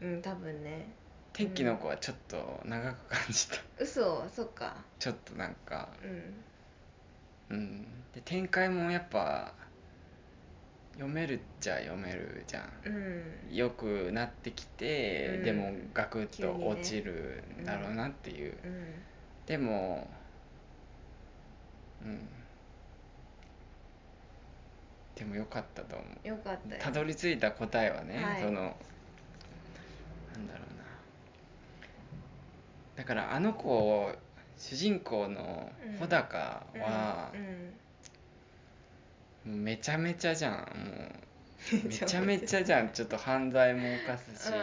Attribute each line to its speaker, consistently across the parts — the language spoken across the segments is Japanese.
Speaker 1: うん多分ね
Speaker 2: 天気の子はちょっと長く感じた
Speaker 1: 嘘そっか
Speaker 2: ちょっとなんか
Speaker 1: うん
Speaker 2: うんで展開もやっぱ読めるっちゃ読めるじゃん
Speaker 1: うん
Speaker 2: 良くなってきて、
Speaker 1: うん
Speaker 2: でもガクッと落ちる
Speaker 1: 急にね
Speaker 2: んだろうなっていう、
Speaker 1: うん
Speaker 2: でもうんでも良かったと思う
Speaker 1: よかったよ
Speaker 2: たどり着いた答えはね、
Speaker 1: はい
Speaker 2: そのなんだろうなだからあの子主人公の
Speaker 1: うん
Speaker 2: 穂高は
Speaker 1: う、ん
Speaker 2: もうめちゃめちゃじゃんもうめ
Speaker 1: め
Speaker 2: ちゃめちゃじゃんちょっと犯罪も犯すし、
Speaker 1: うん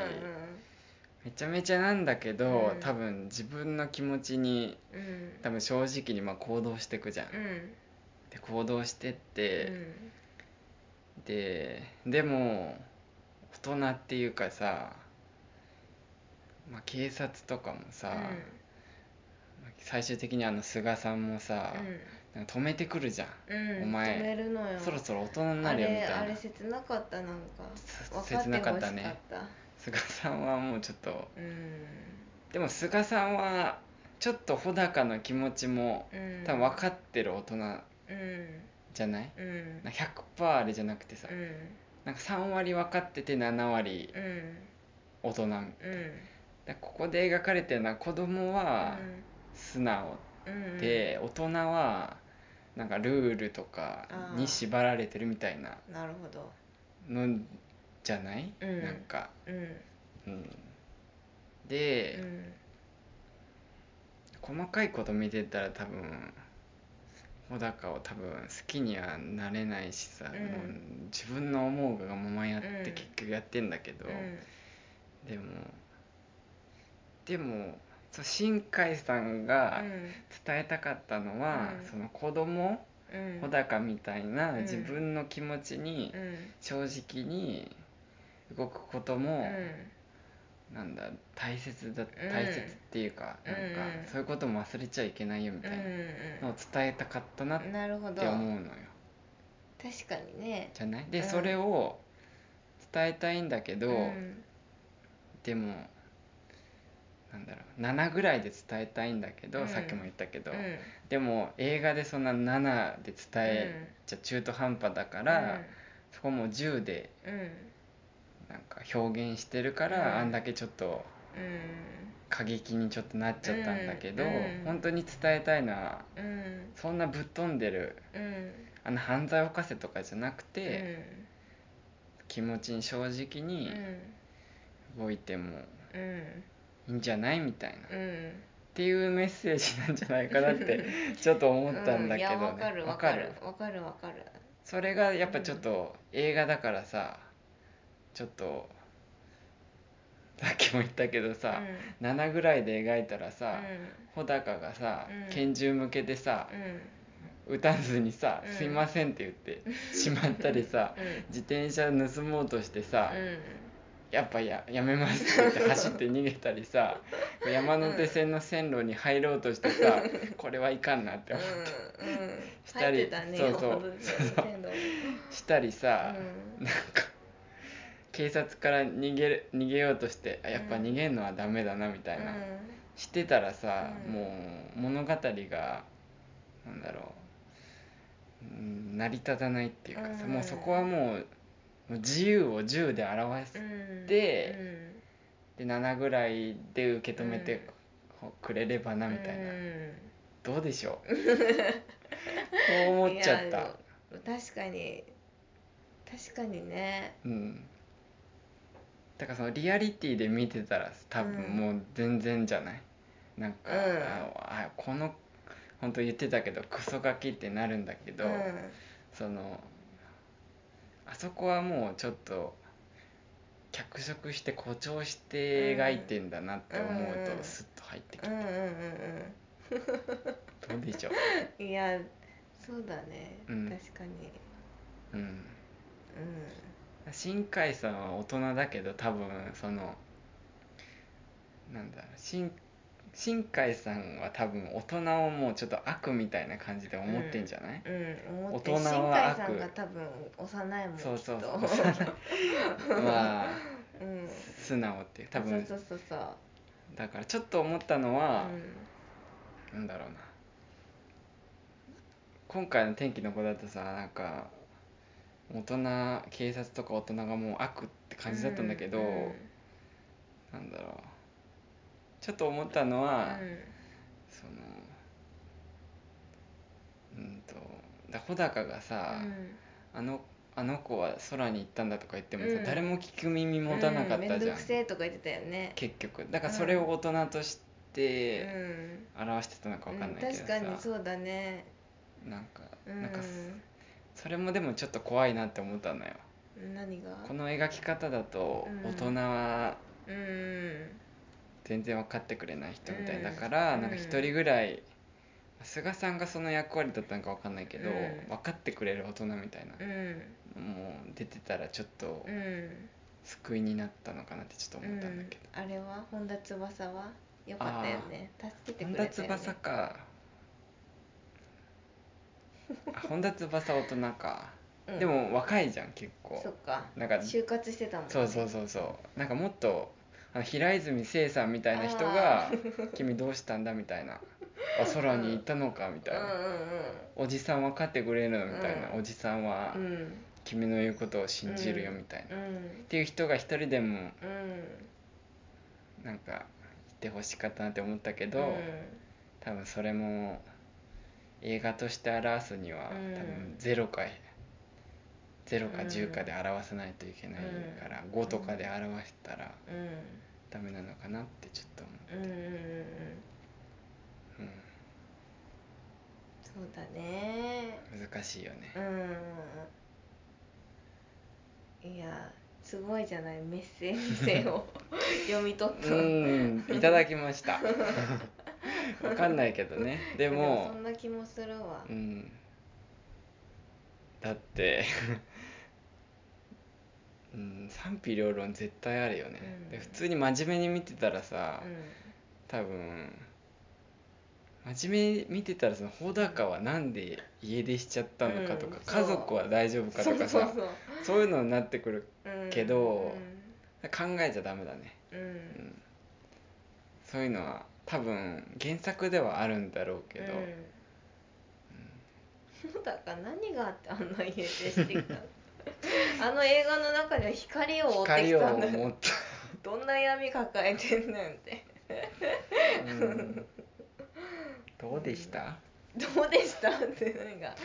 Speaker 2: めちゃめちゃなんだけど、
Speaker 1: うん
Speaker 2: 多分自分の気持ちに
Speaker 1: うんうん
Speaker 2: 多分正直にまあ行動してくじゃん。
Speaker 1: うん
Speaker 2: で行動してっ
Speaker 1: う
Speaker 2: て、
Speaker 1: ん
Speaker 2: ででも大人っていうかさ、まあ、警察とかもさ、最終的にあの菅さんもさ、なんか止めてくるじゃん、
Speaker 1: うんうん
Speaker 2: お前
Speaker 1: 止めるのよ
Speaker 2: そろそろ大人になるよみたい
Speaker 1: あ
Speaker 2: な
Speaker 1: れあれ切なかったなんか
Speaker 2: せ
Speaker 1: 分
Speaker 2: 切なかったね
Speaker 1: かってほしかっ
Speaker 2: 菅さんはもうちょっと
Speaker 1: たうん
Speaker 2: でも菅さんはちょっと穂高の気持ちも
Speaker 1: うん
Speaker 2: 多分分かってる大人
Speaker 1: うん
Speaker 2: じゃない、
Speaker 1: うん
Speaker 2: なんか100%あれじゃなくてさ、
Speaker 1: うん
Speaker 2: なんか3割分かってて7割
Speaker 1: うん
Speaker 2: 大人だか
Speaker 1: うん
Speaker 2: らここで描かれてるのは子供は素直
Speaker 1: うん
Speaker 2: で、大人はなんかルールとかに縛られてるみたいな
Speaker 1: なるほど
Speaker 2: のじゃない、
Speaker 1: うん
Speaker 2: なんか、
Speaker 1: うん
Speaker 2: うん、
Speaker 1: う
Speaker 2: で、
Speaker 1: ん
Speaker 2: 細かいこと見てたら多分穂高を多分好きにはなれないしさ、
Speaker 1: うん
Speaker 2: もう自分の思うがままやって
Speaker 1: うん
Speaker 2: 結局やってんだけど、
Speaker 1: うん
Speaker 2: でもでもそう新海さんが伝えたかったのは、
Speaker 1: うん
Speaker 2: その子供
Speaker 1: うん
Speaker 2: 穂高みたいな
Speaker 1: うん
Speaker 2: 自分の気持ちに
Speaker 1: うん
Speaker 2: 正直に動くこと
Speaker 1: う
Speaker 2: も、
Speaker 1: ん
Speaker 2: なんだ大切だ
Speaker 1: うん
Speaker 2: 大切っていうか、
Speaker 1: うん
Speaker 2: なんかそういうことも忘れちゃいけないよみたいなのを伝えたかったなっ
Speaker 1: う
Speaker 2: て
Speaker 1: んなるほど
Speaker 2: 思うのよ、
Speaker 1: 確かにね
Speaker 2: じゃないで、
Speaker 1: うん
Speaker 2: それを伝えたいんだけど、
Speaker 1: うん
Speaker 2: でもなんだろう7ぐらいで伝えたいんだけど、
Speaker 1: うん
Speaker 2: さっきも言ったけど、
Speaker 1: うん
Speaker 2: でも映画でそんな7で伝えちゃ中途半端だから、そこも10で
Speaker 1: うんうん
Speaker 2: なんか表現してるから、
Speaker 1: うん
Speaker 2: あんだけちょっと
Speaker 1: う
Speaker 2: 過激にちょっとなっちゃったんだけど、
Speaker 1: うんうん
Speaker 2: 本当に伝えたいのは
Speaker 1: んうん
Speaker 2: そんなぶっ飛んでる
Speaker 1: うん
Speaker 2: あの犯罪を犯せとかじゃなくて、
Speaker 1: うん
Speaker 2: 気持ちに正直に動いても
Speaker 1: うん
Speaker 2: いいんじゃないみたいな、っ
Speaker 1: うん
Speaker 2: ていうメッセージなんじゃないかなって ちょっと思ったんだ
Speaker 1: う
Speaker 2: けどね
Speaker 1: いやわかる
Speaker 2: わ
Speaker 1: わかるわかるわかる
Speaker 2: それがやっぱちょっと映画だからさちょっとさっきも言ったけどさ、7ぐらいで描いたらさ、穂高がさ、
Speaker 1: うん
Speaker 2: 拳銃向けてさ
Speaker 1: うんうん
Speaker 2: 撃たずにさ「
Speaker 1: うん
Speaker 2: すいません」って 言ってしまったりさ
Speaker 1: うん
Speaker 2: 自転車盗もうとしてさ、
Speaker 1: う
Speaker 2: やっぱややめますって言って走って逃げたりさ山手線の線路に入ろうとしてさ、これはいかんなって思
Speaker 1: んうんうん
Speaker 2: したり
Speaker 1: 入ってたね
Speaker 2: そうそう
Speaker 1: 本当に剣道
Speaker 2: したりさ、
Speaker 1: う
Speaker 2: なんか警察から逃げる逃げようとしてあやっぱ
Speaker 1: うん
Speaker 2: 逃げんのはダメだなみたいな、してたらさ、
Speaker 1: うん
Speaker 2: もう物語がなんだろううん成り立たないっていうかさ、
Speaker 1: うん
Speaker 2: もうそこはもうもう自由を銃で表す
Speaker 1: うん
Speaker 2: でで7ぐらいで受け止め
Speaker 1: うん
Speaker 2: てくれればなみたいな、
Speaker 1: うん
Speaker 2: どうでしょ うこう思っちゃっ
Speaker 1: い
Speaker 2: た
Speaker 1: や確かに確かにね
Speaker 2: うんだからそのリアリティで見てたら多分もう全然じゃない、なんか、
Speaker 1: うん
Speaker 2: ああこの本当言ってたけどクソガキってなるんだけど、
Speaker 1: うん
Speaker 2: そのあそこはもうちょっと脚色して誇張して描いてんだなって思う
Speaker 1: うん
Speaker 2: とスッと入ってきて
Speaker 1: う、んうん
Speaker 2: どうでしょう
Speaker 1: うんうんいやそうだね、
Speaker 2: うん
Speaker 1: 確かに
Speaker 2: うん
Speaker 1: うん
Speaker 2: 新海さんは大人だけど多分そのなんだろう新新海さんは多分大人をもうちょっと悪みたいな感じで思ってんじゃない、
Speaker 1: うん、思って
Speaker 2: 大
Speaker 1: 新
Speaker 2: 人
Speaker 1: 海
Speaker 2: は悪
Speaker 1: さんが多分幼いもん
Speaker 2: そうそう
Speaker 1: きっ
Speaker 2: そ
Speaker 1: と
Speaker 2: うまあ
Speaker 1: うん、
Speaker 2: 素直っていう多分
Speaker 1: そうそうそうそう
Speaker 2: だからちょっと思ったのは、
Speaker 1: う
Speaker 2: なんだろうな今回の天気の子だとさなんか大人警察とか大人がもう悪って
Speaker 1: ん
Speaker 2: 感じだったんだけど、
Speaker 1: うん
Speaker 2: なんだろうちょっと思ったのは、
Speaker 1: うん
Speaker 2: そのうんとだ穂高がさ、
Speaker 1: うん
Speaker 2: あのあの子は空に行ったんだとか言ってもさ、
Speaker 1: うん
Speaker 2: 誰も聞く耳持たなかっ
Speaker 1: うんめ
Speaker 2: た
Speaker 1: ん
Speaker 2: じ
Speaker 1: ど
Speaker 2: ゃん、
Speaker 1: くせえとか言ってたよね
Speaker 2: 結局だからそれを大人とし
Speaker 1: う
Speaker 2: て
Speaker 1: ん
Speaker 2: 表してたのかわかんないけどさ、
Speaker 1: うん、確かにそうだね
Speaker 2: なんか、
Speaker 1: うん
Speaker 2: なんかすそれもでもちょっと怖いなって思ったのよ
Speaker 1: 何が
Speaker 2: この描き方だと
Speaker 1: うん
Speaker 2: 大人は
Speaker 1: うん
Speaker 2: 全然分かってくれない人みたい、
Speaker 1: うん
Speaker 2: だから
Speaker 1: うん
Speaker 2: なんか一人ぐらい菅さんがその役割だったのか分かんないけど、
Speaker 1: うん
Speaker 2: 分かってくれる大人みたいな
Speaker 1: う、ん
Speaker 2: もう出てたらちょっと
Speaker 1: うん
Speaker 2: 救いになったのかなってちょっと思ったんだけど、
Speaker 1: うん、あれは本田翼はよかったよね助けてく
Speaker 2: 本
Speaker 1: れ
Speaker 2: 田
Speaker 1: たよね
Speaker 2: 翼かあ本田翼大人か、
Speaker 1: うん
Speaker 2: でも若いじゃん結構
Speaker 1: そっか
Speaker 2: なんか
Speaker 1: 就活してたもんね
Speaker 2: そうそうそうそうなんかもっとあの平泉聖さんみたいな人が「 君どうしたんだ?」みたいな「あ空に行ったのか」みたいな「おじさん分かってくれるの?」みたいな「
Speaker 1: うん
Speaker 2: おじさんは
Speaker 1: うんうんうん
Speaker 2: 君の言うことを信じるよ」みたいな、
Speaker 1: う
Speaker 2: っ
Speaker 1: ん
Speaker 2: ていう人が一人でも
Speaker 1: うん
Speaker 2: なんかいてほしかったなって思ったけど、多分それも映画として表すには、
Speaker 1: うん
Speaker 2: 多分0か0か
Speaker 1: うん
Speaker 2: 10かで表さないといけないから、
Speaker 1: うん
Speaker 2: 5とかで表したら
Speaker 1: うんうん
Speaker 2: ダメなのかなってちょっと思う。
Speaker 1: うんうんうんそうだね
Speaker 2: 難しいよね
Speaker 1: うんいやすごいじゃないメッセージ性 を読み取っ
Speaker 2: う
Speaker 1: た
Speaker 2: ん いただきましたわかんないけどねでも
Speaker 1: そんな気もするわ
Speaker 2: うんだって うん賛否両論絶対あるよね、
Speaker 1: うん
Speaker 2: で普通に真面目に見てたらさ、
Speaker 1: う
Speaker 2: 多分真面目に見てたらその穂高はなんで家出しちゃったのかとか、
Speaker 1: うんそう
Speaker 2: 家族は大丈夫
Speaker 1: ん
Speaker 2: かと
Speaker 1: そう
Speaker 2: かさ
Speaker 1: そ
Speaker 2: そう
Speaker 1: そう
Speaker 2: いうのになってくる
Speaker 1: うん
Speaker 2: けど考えちゃダメだね
Speaker 1: うんうん
Speaker 2: そういうのは多分原作ではあるんだろうけど、
Speaker 1: うん、そうだから何があってあんな家出して きたのあの映画の中では光を追ってき
Speaker 2: 光を
Speaker 1: たんだ
Speaker 2: 持っ
Speaker 1: どんな闇抱えてんねんって
Speaker 2: た、うんどうでした、
Speaker 1: どうでしたって何が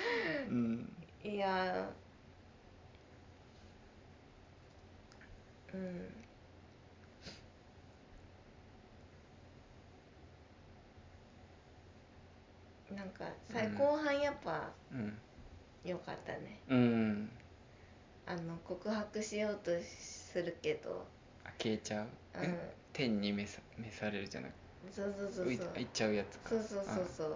Speaker 2: うん
Speaker 1: いやうんなんか最後半やっぱ
Speaker 2: うん
Speaker 1: 良かったね、
Speaker 2: うん、
Speaker 1: あの告白しようとするけど、
Speaker 2: あ消えちゃう、
Speaker 1: う
Speaker 2: え
Speaker 1: ん、
Speaker 2: 天に召さ召されるじゃなく
Speaker 1: そうそうそう
Speaker 2: うい
Speaker 1: そう
Speaker 2: いっちゃうやつか
Speaker 1: そうそうそうそう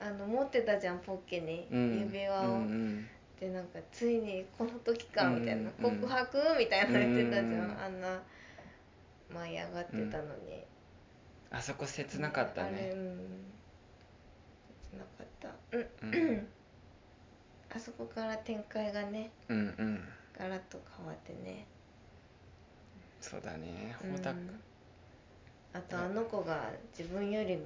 Speaker 1: あの持ってたじゃんポッケに
Speaker 2: あうん
Speaker 1: 指輪を、
Speaker 2: うんうん
Speaker 1: でなんかついにこの時かみたいな、
Speaker 2: うんうん
Speaker 1: 告白みたいな言ってたじゃん、
Speaker 2: うん
Speaker 1: あんな舞い上がってたのに、
Speaker 2: あそこ切なかった
Speaker 1: あれ
Speaker 2: ね、
Speaker 1: うん切なかったうん
Speaker 2: うん、
Speaker 1: あそこから展開がね
Speaker 2: うんうん
Speaker 1: ガラッと変わってね
Speaker 2: そうだね
Speaker 1: うん
Speaker 2: 穂高、
Speaker 1: あとあの子が自分よりも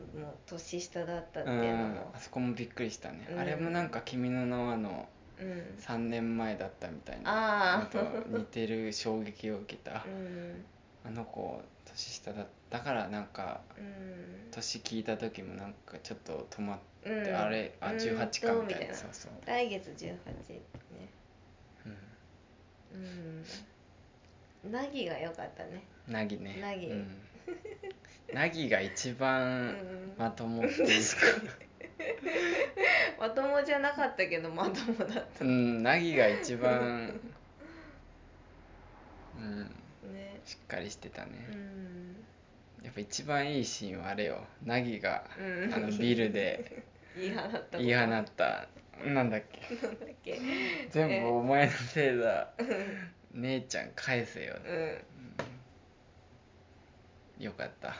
Speaker 1: 年下だったって
Speaker 2: う
Speaker 1: いうの
Speaker 2: ん
Speaker 1: も
Speaker 2: あ、そこもびっくりしたね、
Speaker 1: うん
Speaker 2: あれもなんか「君の名は」の
Speaker 1: うん
Speaker 2: 3年前だったみたいな
Speaker 1: あ
Speaker 2: あ
Speaker 1: あ
Speaker 2: と似てる衝撃を受け た
Speaker 1: うん
Speaker 2: あの子年下だだからなんか
Speaker 1: うん
Speaker 2: 年聞いた時もなんかちょっと止まっ
Speaker 1: うん
Speaker 2: て、あれあ
Speaker 1: うん
Speaker 2: 18かみたいな
Speaker 1: どう
Speaker 2: そうそう、
Speaker 1: 来月18ね
Speaker 2: う
Speaker 1: うんなぎが良かったね
Speaker 2: ん、なぎね
Speaker 1: なぎ
Speaker 2: うん、 なぎが一
Speaker 1: う
Speaker 2: 番
Speaker 1: ん
Speaker 2: まともってい うか
Speaker 1: まともじゃなかったけどまともだっ
Speaker 2: うんなぎが一番うん
Speaker 1: たね
Speaker 2: しっかりしてたね
Speaker 1: う、ん
Speaker 2: やっぱ一番いいシーンはあれよなぎが
Speaker 1: うん
Speaker 2: あのビ ルで
Speaker 1: 言い放ったこと
Speaker 2: 言い放ったなんだっけ
Speaker 1: なんだっけ
Speaker 2: 全部お前のせいだ姉ちゃん返せよ、
Speaker 1: うんうん
Speaker 2: よかった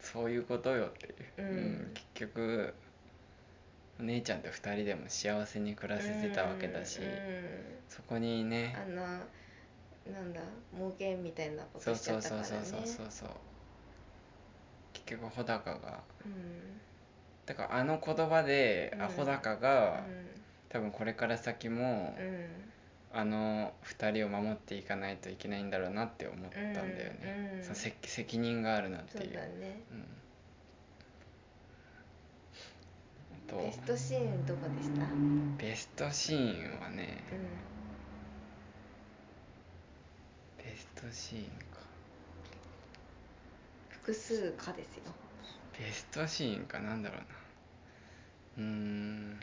Speaker 2: そういうことよっていう、
Speaker 1: うん
Speaker 2: 結局お姉ちゃんと2人でも幸せに暮らせてたわけだし、
Speaker 1: うん
Speaker 2: そこにね
Speaker 1: あのなんだ儲けみたいなこ
Speaker 2: そ
Speaker 1: と
Speaker 2: う
Speaker 1: しちゃ
Speaker 2: そ
Speaker 1: っ
Speaker 2: う
Speaker 1: た
Speaker 2: そ
Speaker 1: か
Speaker 2: う
Speaker 1: らね
Speaker 2: そうそうそうそう結局穂高が
Speaker 1: うん
Speaker 2: だからあの言葉で、
Speaker 1: うん
Speaker 2: アホ高が、
Speaker 1: う
Speaker 2: 多分これから先も、
Speaker 1: ん
Speaker 2: あの2人を守っていかないといけないんだろうなって思ったんだよね、
Speaker 1: うんうん
Speaker 2: その責責任があるなっ
Speaker 1: そ
Speaker 2: ていう
Speaker 1: うだね
Speaker 2: うんあと
Speaker 1: ベストシーンどこでしたうん
Speaker 2: ベストシーンはねベストシーンか
Speaker 1: 複数かですよ
Speaker 2: ベストシーンかなんだろうなうーん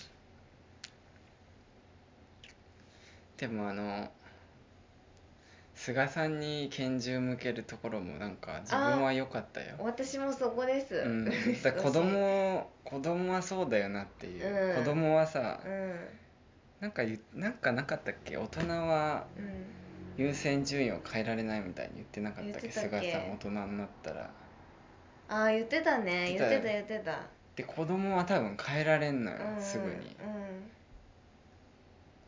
Speaker 2: でもあの菅さんに拳銃向けるところもなんか自分は良かったよ
Speaker 1: 私もそこです
Speaker 2: うん、だから子供子供はそうだよなっていう、
Speaker 1: うん
Speaker 2: 子供はさ
Speaker 1: うん
Speaker 2: なんか言なんかなかったっけ大人は
Speaker 1: うん
Speaker 2: 優先順位を変えられないみたいに言ってなかったっけ
Speaker 1: 言ってたっ
Speaker 2: 菅
Speaker 1: け
Speaker 2: さん大人になったら
Speaker 1: ああ言ってたね
Speaker 2: 言
Speaker 1: 言
Speaker 2: っ
Speaker 1: ってて
Speaker 2: た
Speaker 1: た
Speaker 2: よ
Speaker 1: 言ってた
Speaker 2: で子供は多分変えられんのよ、
Speaker 1: うん
Speaker 2: すぐに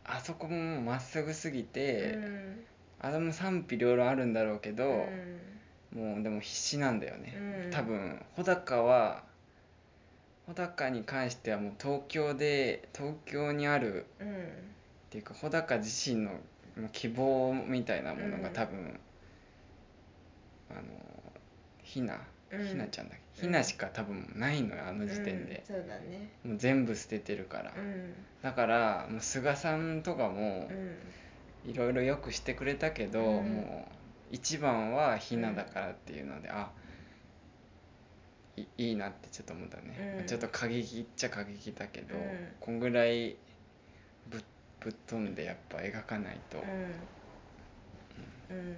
Speaker 2: あそこももうまっすぐすぎ
Speaker 1: うん
Speaker 2: て、
Speaker 1: うん
Speaker 2: あれも賛否両論あるんだろうけど、
Speaker 1: うん
Speaker 2: もうでも必死なんだよね、
Speaker 1: うん
Speaker 2: 多分穂高は穂高に関してはもう東京で東京にある
Speaker 1: うん
Speaker 2: っていうか穂高自身のもう希望みたいなものが
Speaker 1: うん
Speaker 2: 多分、あのひな、
Speaker 1: うん
Speaker 2: ひなちゃんだっけ
Speaker 1: う
Speaker 2: ひ
Speaker 1: ん
Speaker 2: なしか多分ないのよあの時点で、
Speaker 1: うんそうだね
Speaker 2: もう全部捨ててるから、
Speaker 1: うん
Speaker 2: だからもう菅さんとかも
Speaker 1: うん
Speaker 2: いろいろよくしてくれたけど、
Speaker 1: うん
Speaker 2: もう一番はひなだからっていうので、あいいいなってちょっと思ったね、
Speaker 1: うん
Speaker 2: ちょっと過激っちゃ過激だけど、
Speaker 1: うん
Speaker 2: こんぐらいぶっぶっ飛んでやっぱ描かないと、
Speaker 1: うんうん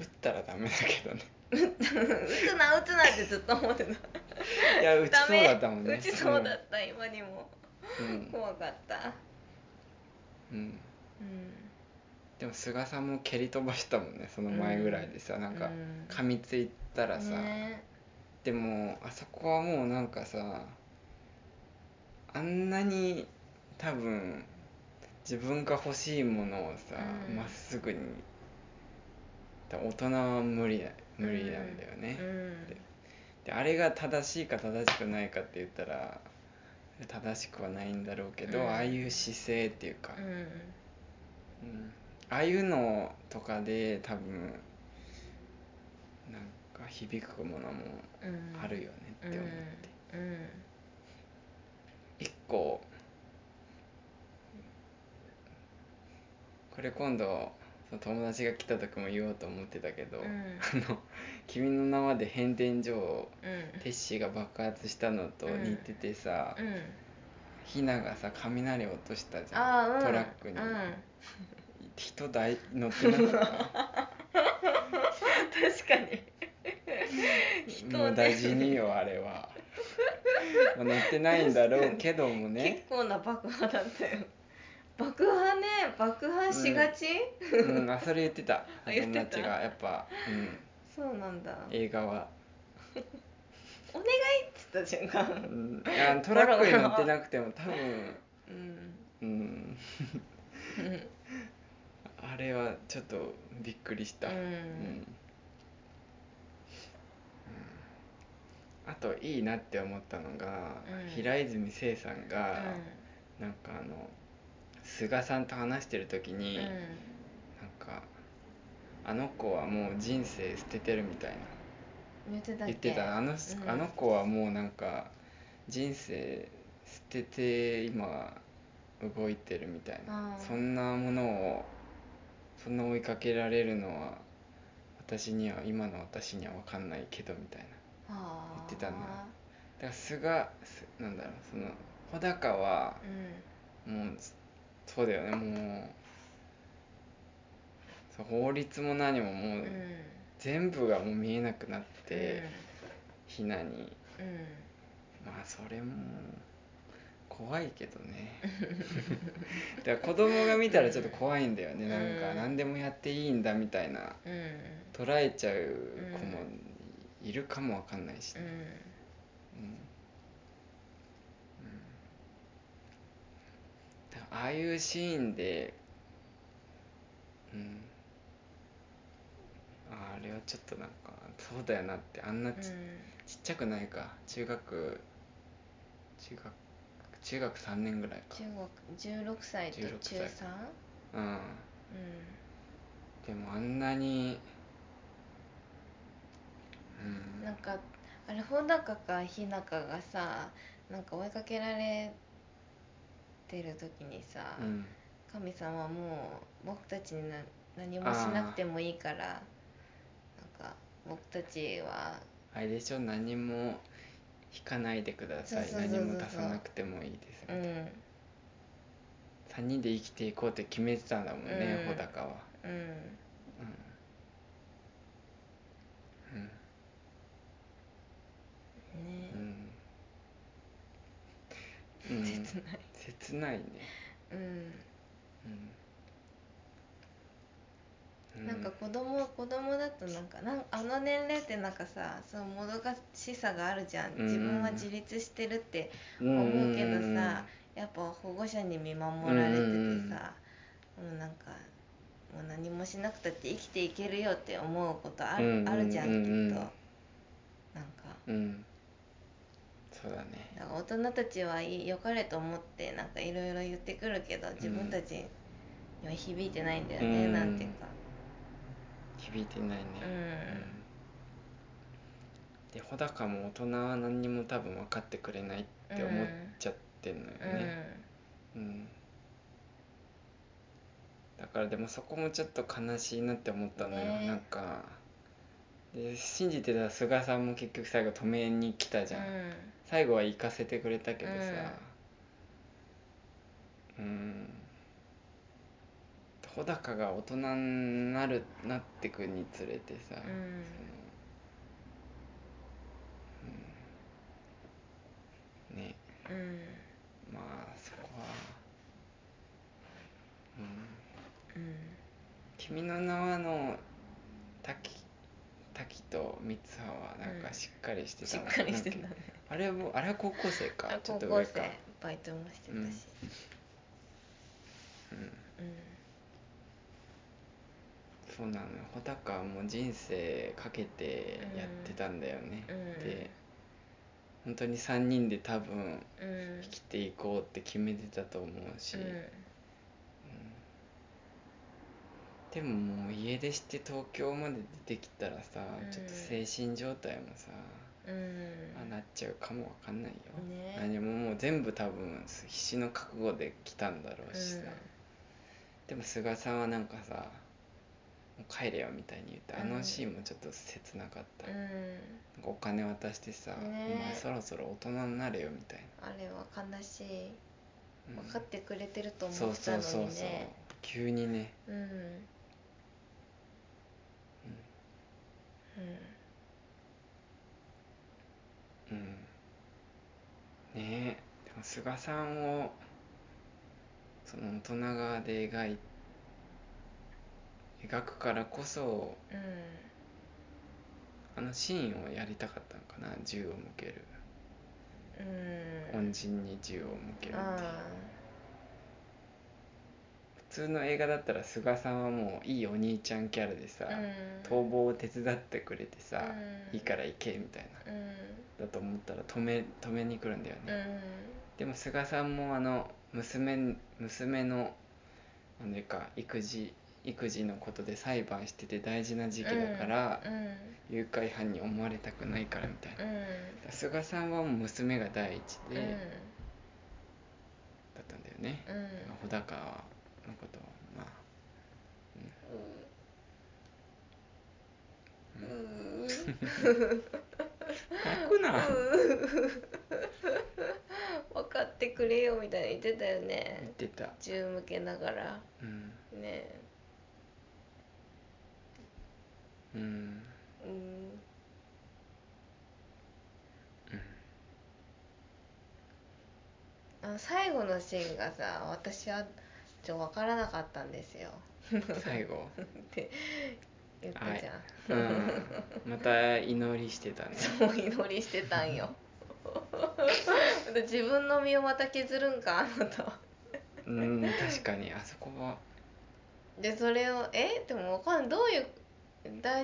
Speaker 2: 打ったらダメだけどね
Speaker 1: 打つな打つなってずっと思ってた
Speaker 2: いや打ち
Speaker 1: ダ
Speaker 2: そう
Speaker 1: メ
Speaker 2: だったもんね
Speaker 1: 打ちそうだった今にも
Speaker 2: うん、
Speaker 1: 怖かった
Speaker 2: うん、
Speaker 1: うん
Speaker 2: でも菅さんも蹴り飛ばしたもんねその前ぐらいでさ、なんか
Speaker 1: うん
Speaker 2: 噛みついたらさ、
Speaker 1: ね
Speaker 2: でもあそこはもうなんかさあんなに多分自分が欲しいものをさ
Speaker 1: うん
Speaker 2: ま、っすぐにだ大人は無理だ無理なんだよね、
Speaker 1: うん
Speaker 2: であれが正しいか正しくないかって言ったら正しくはないんだろうけど、
Speaker 1: うん
Speaker 2: ああいう姿勢っていうか、
Speaker 1: うん
Speaker 2: うんああいうのとかで多分なんか響くものも
Speaker 1: うん
Speaker 2: あるよねって思って、
Speaker 1: うんうん
Speaker 2: 一個これ今度その友達が来た時も言おうと思ってたけど「
Speaker 1: うんうん
Speaker 2: あの君の名は」で変電所を
Speaker 1: うん
Speaker 2: テッシーが爆発したのと似ててさ、ひながさ雷落としたじゃん、
Speaker 1: あーうん
Speaker 2: トラックに、
Speaker 1: うん
Speaker 2: 人だい乗ってなかった
Speaker 1: 確かに人
Speaker 2: もう
Speaker 1: ね
Speaker 2: 大事によあれ はまあ乗ってないんだろうけどもね
Speaker 1: 結、構な爆破だったよ爆破ね爆破しがち
Speaker 2: うん、あそれ言ってた
Speaker 1: あ言っ
Speaker 2: 友
Speaker 1: てた
Speaker 2: 達がやっぱ、う
Speaker 1: そうなんだ
Speaker 2: ん、映画は、
Speaker 1: お願いっつった瞬
Speaker 2: う
Speaker 1: 間
Speaker 2: ん、いやトラックに乗ってなくても多分、
Speaker 1: うん
Speaker 2: うん、
Speaker 1: うん
Speaker 2: あれはちょっとびっくりした、
Speaker 1: うん
Speaker 2: うんあといいなって思ったのが、
Speaker 1: うん
Speaker 2: 平泉成さんが、なんかあの菅さんと話してる時に、なんかあの子はもう人生捨ててるみたいな
Speaker 1: 言ってたっけ
Speaker 2: 言ってたあの,、
Speaker 1: うん
Speaker 2: あの子はもうなんか人生捨てて今動いてるみたいな
Speaker 1: あー
Speaker 2: そんなものをそんな追いかけられるのは私には今の私には分かんないけどみたいな
Speaker 1: あー
Speaker 2: 言ってたなだから菅すなんだろうその穂高は
Speaker 1: う
Speaker 2: もうそうだよねもうそう法律も何ももう、
Speaker 1: んうん
Speaker 2: 全部がもう見えなくなって、ひなに
Speaker 1: うんうん
Speaker 2: まあそれも怖いけど ねだから子供が見たらちょっと怖いんだよね、なんか
Speaker 1: うん
Speaker 2: 何でもやっていいんだみたいな
Speaker 1: うん
Speaker 2: 捉えちゃう子もいるかもわかんないし、
Speaker 1: うん
Speaker 2: うんうんだからああいうシーンで、うん、れはちょっとなんかそうだよなってあんなち,、ちっちゃくないか中学中学中学3年ぐらいか
Speaker 1: 中国16歳と中
Speaker 2: 16
Speaker 1: 3?
Speaker 2: 歳うん
Speaker 1: う
Speaker 2: でもあんなにうん
Speaker 1: なんかあれ穂高か日高がさなんか追いかけられてる時にさ、
Speaker 2: ん、うん、
Speaker 1: 神様はもう僕たちにな何もしなくてもいいからなんか僕たちは
Speaker 2: あれでしょ何も引かないでください
Speaker 1: そうそうそうそう
Speaker 2: 何も足さなくてもいいです
Speaker 1: う
Speaker 2: よ、
Speaker 1: ん
Speaker 2: 3人で生きていこうって決めてたんだもんね、
Speaker 1: うん
Speaker 2: 穂高は
Speaker 1: うん
Speaker 2: うんうん
Speaker 1: ね、
Speaker 2: うん、うん、
Speaker 1: 切ない
Speaker 2: 切ないね、
Speaker 1: うん
Speaker 2: うんう
Speaker 1: なんか子供子供だとなんかなんあの年齢ってなんかさそのもどかしさがあるじゃん、
Speaker 2: うん
Speaker 1: 自分は自立してるって
Speaker 2: ん
Speaker 1: 思うけどさやっぱ保護者に見守られててさ、もうなんかもう何もしなくたって生きていけるよって思うことある,、
Speaker 2: うんうんうんうん
Speaker 1: あるじゃんきっとなんか
Speaker 2: うん、うん、そうだね
Speaker 1: だから大人たちはいい良かれと思ってなんかいろいろ言ってくるけど自分たちには響いてないんだよね、
Speaker 2: うん
Speaker 1: なんていうか
Speaker 2: 響いてないね
Speaker 1: うん
Speaker 2: で穂高も大人は何にも多分分かってくれないって思っちゃってんのよね、うんだからでもそこもちょっと悲しいなって思ったのよ、
Speaker 1: ね
Speaker 2: なんかで信じてた菅さんも結局最後止めに来たじゃん、
Speaker 1: うん
Speaker 2: 最後は行かせてくれたけどさうん穂高が大人になるなってくにつれてさ、
Speaker 1: うん
Speaker 2: そのうんね
Speaker 1: うん
Speaker 2: まあそこは、うん、
Speaker 1: うん
Speaker 2: 君の名はの滝滝と三葉はなん
Speaker 1: う
Speaker 2: か
Speaker 1: ん
Speaker 2: しっかりして
Speaker 1: したっ
Speaker 2: な
Speaker 1: かりしてた
Speaker 2: なん
Speaker 1: ね
Speaker 2: だっけあれもあれは高校生
Speaker 1: あ
Speaker 2: かちょ
Speaker 1: 高
Speaker 2: っと
Speaker 1: 校
Speaker 2: 上
Speaker 1: 生
Speaker 2: か
Speaker 1: バイトもしてたし
Speaker 2: うん
Speaker 1: うん
Speaker 2: そうなのよ穂高はもう人生かけてやってたんだよね、
Speaker 1: うん
Speaker 2: で本当に3人で多分
Speaker 1: うん
Speaker 2: 生きていこうって決めてたと思うし、でももう家出して東京まで出てきたらさ、
Speaker 1: うん
Speaker 2: ちょっと精神状態もさ、
Speaker 1: うん
Speaker 2: ああなっちゃうかもわかんないよ、
Speaker 1: ね
Speaker 2: 何ももう全部多分必死の覚悟で来たんだろうしさ、でも菅さんはなんかさ「もう帰れよ」みたいに言ってあ
Speaker 1: う
Speaker 2: の
Speaker 1: ん
Speaker 2: シーンもちょっと切なかった、
Speaker 1: う
Speaker 2: なんか
Speaker 1: ん
Speaker 2: お金渡してさ「
Speaker 1: ね
Speaker 2: お前そろそろ大人になれよ」みたいな、
Speaker 1: あれは悲しい
Speaker 2: うん
Speaker 1: 分かってくれてると
Speaker 2: そ
Speaker 1: 思
Speaker 2: う
Speaker 1: ってた
Speaker 2: そ
Speaker 1: の
Speaker 2: うそう
Speaker 1: に
Speaker 2: そう
Speaker 1: ね
Speaker 2: 急にね
Speaker 1: うんうん
Speaker 2: うんねえでも菅さんをその大人側で描い描くからこそ
Speaker 1: うん
Speaker 2: あのシーンをやりたかったのかな銃を向ける
Speaker 1: うん
Speaker 2: 恩人に銃を向けるっていう
Speaker 1: あ
Speaker 2: 普通の映画だったら菅さんはもういいお兄ちゃんキャラでさ、
Speaker 1: あうん
Speaker 2: 逃亡を手伝ってくれてさ、
Speaker 1: うん
Speaker 2: いいから行けみたいな
Speaker 1: うん
Speaker 2: だと思ったら止め止めに来るんだよね、
Speaker 1: うん
Speaker 2: でも菅さんもあの娘娘のなんていうか育児育児のことで裁判してて大事な時期だから、
Speaker 1: うん
Speaker 2: 誘拐犯に思われたくないからみたいな、
Speaker 1: う
Speaker 2: だか
Speaker 1: ん
Speaker 2: ら菅さんはもう娘が第一
Speaker 1: うん
Speaker 2: で、だったんだよね、
Speaker 1: うん
Speaker 2: まあ穂高のことはまあ 泣くな
Speaker 1: 分かってくれよみたいな言ってたよ
Speaker 2: 言っ
Speaker 1: ね
Speaker 2: てた
Speaker 1: 銃向けながら
Speaker 2: うん
Speaker 1: ね
Speaker 2: う
Speaker 1: う
Speaker 2: ん
Speaker 1: んあの最後のシーンがさ私はちょっと分からなかったんですよ
Speaker 2: 最後
Speaker 1: って言ったじゃん、
Speaker 2: うんまた祈りしてたね
Speaker 1: お祈りしてたんよ 自分の身をまた削るんかあなたは
Speaker 2: うん確かにあそこは
Speaker 1: でそれをえでもわかんないどういう大丈夫